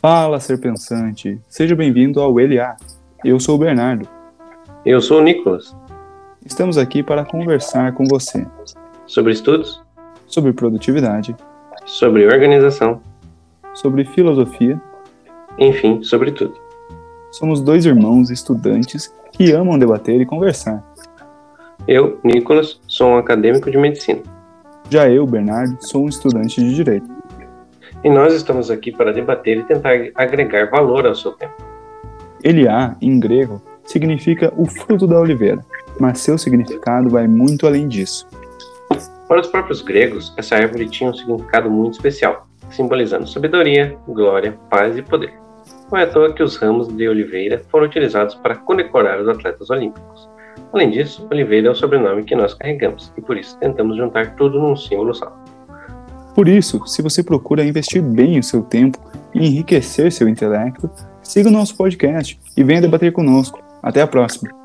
Fala, ser pensante. Seja bem-vindo ao LA. Eu sou o Bernardo. Eu sou o Nicolas. Estamos aqui para conversar com você Sobre estudos, sobre produtividade, sobre organização, sobre filosofia. enfim, sobre tudo. Somos dois irmãos estudantes que amam debater e conversar. Eu, Nicolas, sou um acadêmico de medicina. Já eu, Bernardo, sou um estudante de direito. E nós estamos aqui para debater e tentar agregar valor ao seu tempo. Eliá, em grego, significa o fruto da oliveira, mas seu significado vai muito além disso. Para os próprios gregos, essa árvore tinha um significado muito especial, simbolizando sabedoria, glória, paz e poder. Não é à toa que os ramos de oliveira foram utilizados para condecorar os atletas olímpicos. Além disso, Oliveira é o sobrenome que nós carregamos e por isso tentamos juntar tudo num símbolo só. Por isso, se você procura investir bem o seu tempo e enriquecer seu intelecto, siga o nosso podcast e venha debater conosco. Até a próxima!